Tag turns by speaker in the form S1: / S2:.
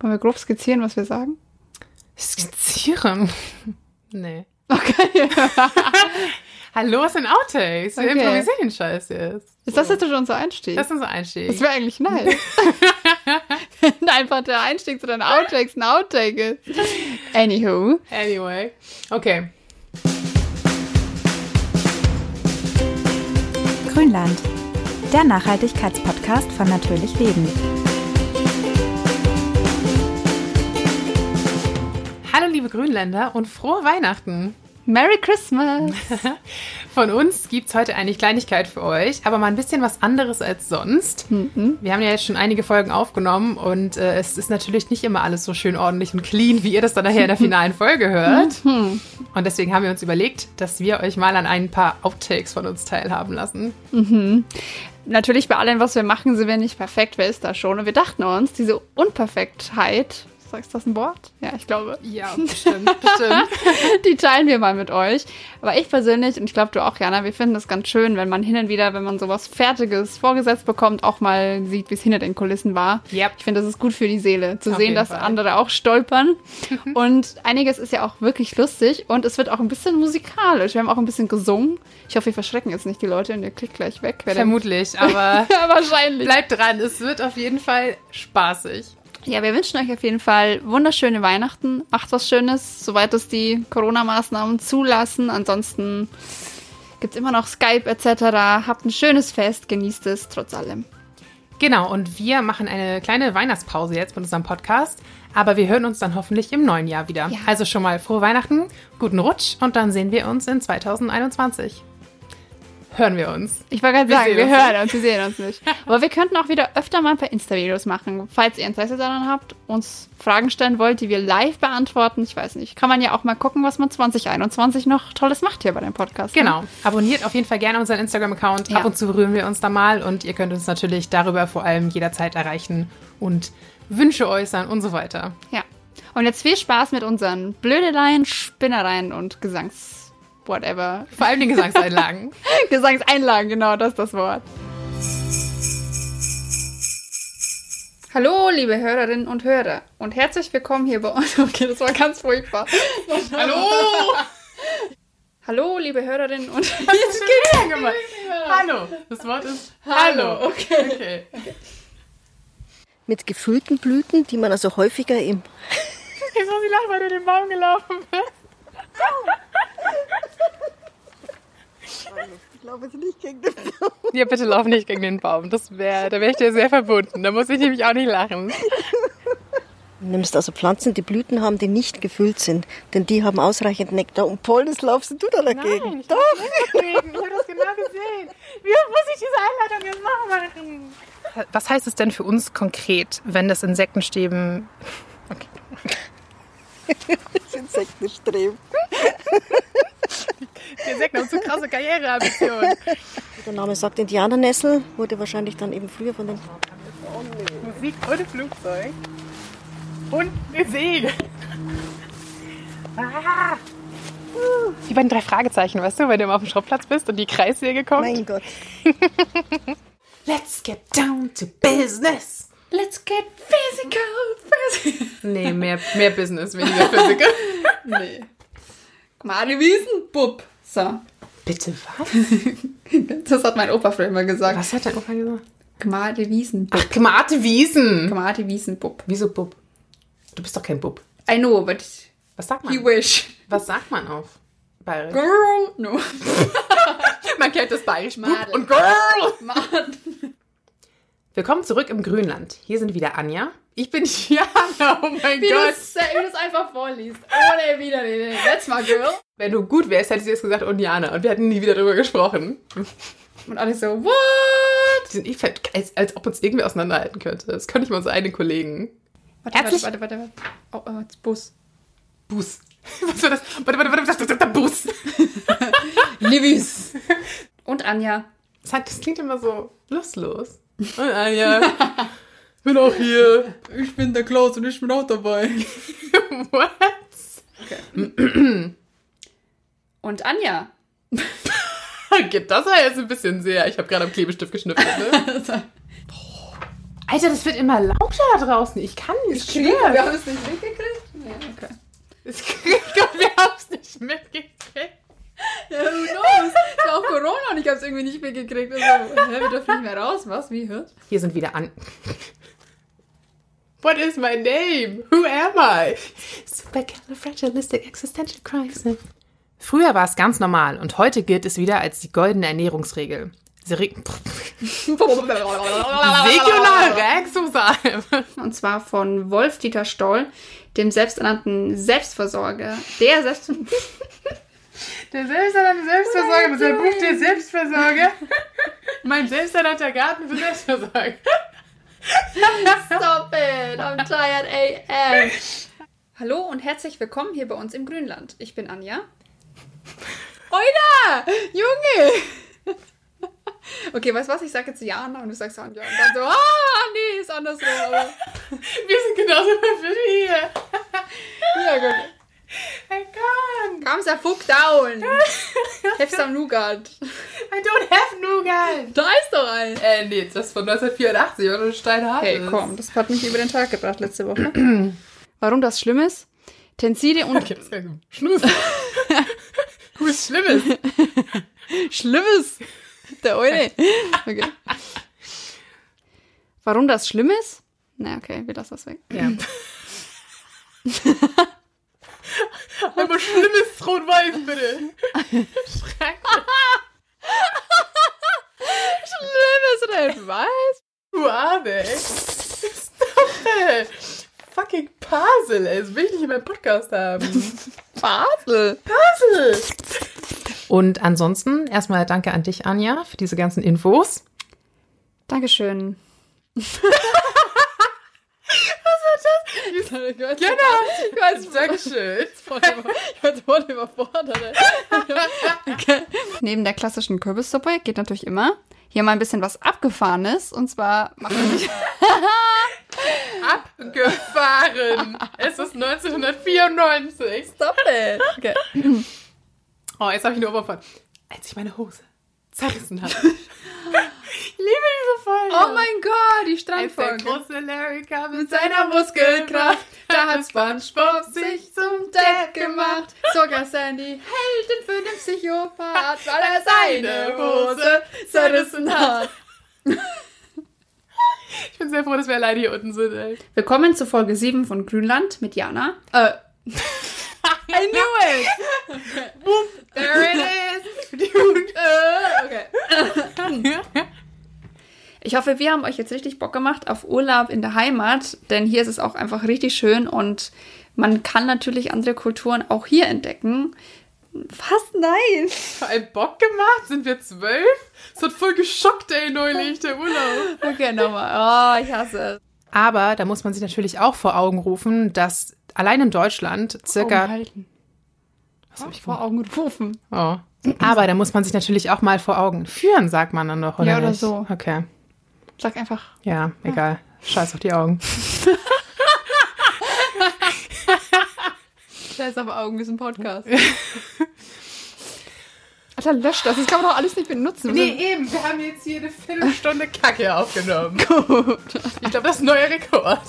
S1: Wollen wir grob skizzieren, was wir sagen?
S2: Skizzieren? nee.
S1: Okay.
S2: Hallo, es sind Outtakes. Wir
S1: Okay.
S2: improvisieren den Scheiß jetzt.
S1: Ist das jetzt schon unser Einstieg?
S2: Das ist unser
S1: Das
S2: Einstieg.
S1: wäre eigentlich nice. Wenn einfach der Einstieg zu den Outtakes ein Outtake ist. Anywho.
S2: Anyway. Okay.
S3: Grünland, der Nachhaltigkeitspodcast von Natürlich Leben.
S2: Hallo, liebe Grünländer und frohe Weihnachten.
S1: Merry Christmas!
S2: Von uns gibt es heute eine Kleinigkeit für euch, aber mal ein bisschen was anderes als sonst.
S1: Mhm.
S2: Wir haben ja jetzt schon einige Folgen aufgenommen und äh, es ist natürlich nicht immer alles so schön ordentlich und clean, wie ihr das dann nachher in der finalen Folge hört.
S1: Mhm.
S2: Und deswegen haben wir uns überlegt, dass wir euch mal an ein paar Outtakes von uns teilhaben lassen.
S1: Natürlich bei allem, was wir machen, sind wir nicht perfekt. Wer ist da schon? Und wir dachten uns, diese Unperfektheit, sagst du das ein Wort? Ja, ich glaube.
S2: Ja, bestimmt, bestimmt.
S1: Die teilen wir mal mit euch. Aber ich persönlich, und ich glaube du auch, Jana, wir finden es ganz schön, wenn man hin und wieder, wenn man sowas Fertiges vorgesetzt bekommt, auch mal sieht, wie es hinter den Kulissen war.
S2: Yep.
S1: Ich finde, das ist gut für die Seele, zu
S2: Auf
S1: sehen,
S2: jeden
S1: dass
S2: Fall.
S1: andere auch stolpern. und einiges ist ja auch wirklich lustig und es wird auch ein bisschen musikalisch. Wir haben auch ein bisschen gesungen. Ich hoffe, wir verschrecken jetzt nicht die Leute und ihr klickt gleich weg. Wer denn-
S2: Vermutlich, aber
S1: Ja, wahrscheinlich.
S2: bleibt dran, es wird auf jeden Fall spaßig.
S1: Ja, wir wünschen euch auf jeden Fall wunderschöne Weihnachten. Macht was Schönes, soweit es die Corona-Maßnahmen zulassen. Ansonsten gibt's immer noch Skype etc. Habt ein schönes Fest, genießt es trotz allem.
S2: Genau, und wir machen eine kleine Weihnachtspause jetzt mit unserem Podcast, aber wir hören uns dann hoffentlich im neuen Jahr wieder.
S1: Ja.
S2: Also schon mal frohe Weihnachten, guten Rutsch und dann sehen wir uns in 2021. Hören wir uns.
S1: Ich wollte gerade
S2: Wir
S1: sagen,
S2: sehen
S1: wir
S2: uns
S1: hören uns, wir sehen uns nicht. Aber wir könnten auch wieder öfter mal ein paar Insta-Videos machen. Falls ihr Interesse daran habt, uns Fragen stellen wollt, die wir live beantworten, ich weiß nicht, kann man ja auch mal gucken, was man 2021 noch Tolles macht hier bei dem Podcast. ne?
S2: Genau. Abonniert auf jeden Fall gerne unseren Instagram-Account.
S1: Ja.
S2: Ab und zu berühren wir uns da mal und ihr könnt uns natürlich darüber vor allem jederzeit erreichen und Wünsche äußern und so weiter.
S1: Ja. Und jetzt viel Spaß mit unseren Blödeleien, Spinnereien und Gesangs... Whatever.
S2: Vor allem den Gesangseinlagen.
S1: Gesangseinlagen, genau, das ist das Wort. Hallo, liebe Hörerinnen und Hörer. Und herzlich willkommen hier bei uns. Okay, das war ganz furchtbar.
S2: Hallo!
S1: Hallo, liebe Hörerinnen und
S2: Das ist schon wieder gemacht. Hallo. Das Wort ist Hallo. Okay. okay.
S4: mit gefüllten Blüten, die man also häufiger im
S2: Jetzt muss ich lachen, weil du den Baum gelaufen bist. Ich glaube nicht gegen den Baum. Ja, bitte lauf nicht gegen den Baum. Das wär, da wäre ich dir sehr verbunden. Da muss ich nämlich auch nicht lachen.
S4: Du nimmst also Pflanzen, die Blüten haben, die nicht gefüllt sind, denn die haben ausreichend Nektar und Pollen, das laufst du da dagegen.
S2: ich Doch. Ich habe das genau gesehen. Wie muss ich diese Einleitung jetzt noch machen? Was heißt es denn für uns konkret, wenn das Insektenstäben... Okay.
S4: Das Insektenstreben.
S2: Die Insekten haben so krasse Karriereambitionen.
S4: Der Name sagt Indianernessel, wurde wahrscheinlich dann eben früher von den...
S2: Musik und Flugzeug. Und eine Segel. Ah. Wie bei den drei Fragezeichen, weißt du, wenn du immer auf dem Schrottplatz bist und die Kreissäge kommt.
S4: Mein Gott.
S2: Let's get down to business. Let's get physical. nee, mehr, mehr Business, weniger Physical.
S1: nee. Mari Wiesen, Bub. So.
S2: Bitte was?
S1: Das hat mein Opa früher immer gesagt.
S2: Was hat dein Opa gesagt?
S1: Gmade Wiesen, Bub.
S2: Ach, Gmate Wiesen.
S1: Gmade Wiesen, Bub.
S2: Wieso Bub? Du bist doch kein Bub.
S1: I know, but
S2: Was sagt
S1: you
S2: man?
S1: wish.
S2: Was sagt man auf Bayerisch?
S1: Girl, no.
S2: Man kennt das Bayerisch.
S1: Madel.
S2: Und Girl.
S1: Mann.
S2: Willkommen zurück im Grünland. Hier sind wieder Anja. Ich bin Jana, oh mein
S1: Wie du
S2: Gott.
S1: es wie du's einfach vorliest. Ohne wieder. nee, nee. Let's mal, girl.
S2: Wenn du gut wärst, hättest du jetzt gesagt, und Jana. Und wir hatten nie wieder darüber gesprochen.
S1: Und alle so, what?
S2: Die sind eh fett, als, als ob uns irgendwer auseinanderhalten könnte. Das könnte ich mal so einen Kollegen.
S1: Warte,
S2: Herzlich-
S1: warte, warte, warte. warte. Oh, oh, jetzt Bus.
S2: Bus. Was war das? Warte, warte, warte, warte, warte, Bus.
S1: Livis. Und Anja.
S2: Das, hat, das klingt immer so lustlos. Und Anja. Ich bin auch hier.
S1: Ich bin der Klaus und ich bin auch dabei.
S2: What?
S1: Und Anja.
S2: Gibt das war jetzt ein bisschen sehr. Ich habe gerade am Klebestift geschnüffelt. Ne? Alter, das wird immer lauter da draußen. Ich kann nicht. Ich schwör.
S1: Wir haben es nicht mitgekriegt? Nee, okay.
S2: Es kriegt und wir haben es nicht mitgekriegt.
S1: Ja, who knows? Es war auch Corona und ich habe es irgendwie nicht mitgekriegt. Also, hä, wir dürfen nicht mehr raus. Was? Wie? Hä?
S2: Hier sind wieder an. What is my name? Who am I? Supercalifragilistic Existential Crisis. Früher war es ganz normal und heute gilt es wieder als die goldene Ernährungsregel. Sie reg- Regional Rex
S1: Und zwar von Wolf-Dieter Stoll, dem selbsternannten Selbstversorger. Der Selbst...
S2: Der selbsternannte Selbstversorger, das ist ein Buch der Selbstversorger. mein selbsternannter Garten für Selbstversorger.
S1: Stop it! I'm tired AM! Hallo und herzlich willkommen hier bei uns im Grünland. Ich bin Anja. Oida! Junge! Okay, weißt du was? Ich sage jetzt Jana und du sagst Anja. Und dann so, ah, nee, ist andersrum. Aber,
S2: Wir sind genauso verwirrt wie ihr.
S1: ja, gut.
S2: I can't.
S1: Calm the fuck down! Have some Nougat.
S2: I don't have Nougat.
S1: Da ist doch ein!
S2: Äh, nee, das ist von 1984, oder? Ein Steinhart.
S1: Hey, komm, das hat mich über den Tag gebracht letzte Woche. Warum das schlimm ist? Tenside und
S2: Okay, das ist ja so. Schlimmes. Was Schlimmes.
S1: Schlimmes. Der Eule. Okay. Warum das schlimm ist? Na, okay, wir lassen das weg.
S2: Ja. Aber Schlimmes rot-weiß, bitte.
S1: Schlimmes Red Weiß?
S2: Du Arme, ey. Stop it. Fucking Pasel, ey. Das will ich nicht in meinem Podcast haben.
S1: Basel.
S2: Pasel. Und ansonsten erstmal danke an dich, Anja, für diese ganzen Infos.
S1: Dankeschön. Was war das? Genau. Ich weiß,
S2: Dankeschön.
S1: ich war voll überfordert. okay. Neben der klassischen Kürbissuppe geht natürlich immer hier mal ein bisschen was Abgefahrenes. Und zwar machen wir
S2: Abgefahren. Es ist 1994.
S1: Doppel. Okay.
S2: Oh, jetzt habe ich eine Oberfahrt. Als ich meine Hose zerrissen habe. ich liebe diese Folge.
S1: Oh mein Gott, die
S2: Als der
S1: Strandfolge.
S2: große Larry kam
S1: Mit seiner Muskelkraft, da hat
S2: SpongeBob
S1: sich zum Depp gemacht. Sogar Sandy hält den für den Psychopath, weil er seine Hose zerrissen hat.
S2: Ich bin sehr froh, dass wir alleine hier unten sind, ey.
S1: Willkommen zu Folge 7 von Grünland mit Jana. Äh. I knew it!
S2: There it is.
S1: okay. Ich hoffe, wir haben euch jetzt richtig Bock gemacht auf Urlaub in der Heimat, denn hier ist es auch einfach richtig schön und man kann natürlich andere Kulturen auch hier entdecken. Fast nein.
S2: Vor allem Bock gemacht? Sind wir zwölf? Das hat voll geschockt, ey, neulich, der Urlaub.
S1: Okay, nochmal. Oh, ich hasse es.
S2: Aber da muss man sich natürlich auch vor Augen rufen, dass allein in Deutschland circa...
S1: halten.
S2: Was hab ich
S1: Vor Augen rufen.
S2: Oh. Aber da muss man sich natürlich auch mal vor Augen führen, sagt man dann doch, oder
S1: Ja, oder
S2: nicht?
S1: so.
S2: Okay.
S1: Sag einfach.
S2: Ja, egal. Scheiß auf die Augen.
S1: Scheiß auf Augen ist ein Podcast. Alter, lösch das. Das kann man doch alles nicht benutzen.
S2: Nee, eben. Wir haben jetzt hier eine Viertelstunde Kacke aufgenommen. Gut. Ich glaube, das ist ein neuer Rekord.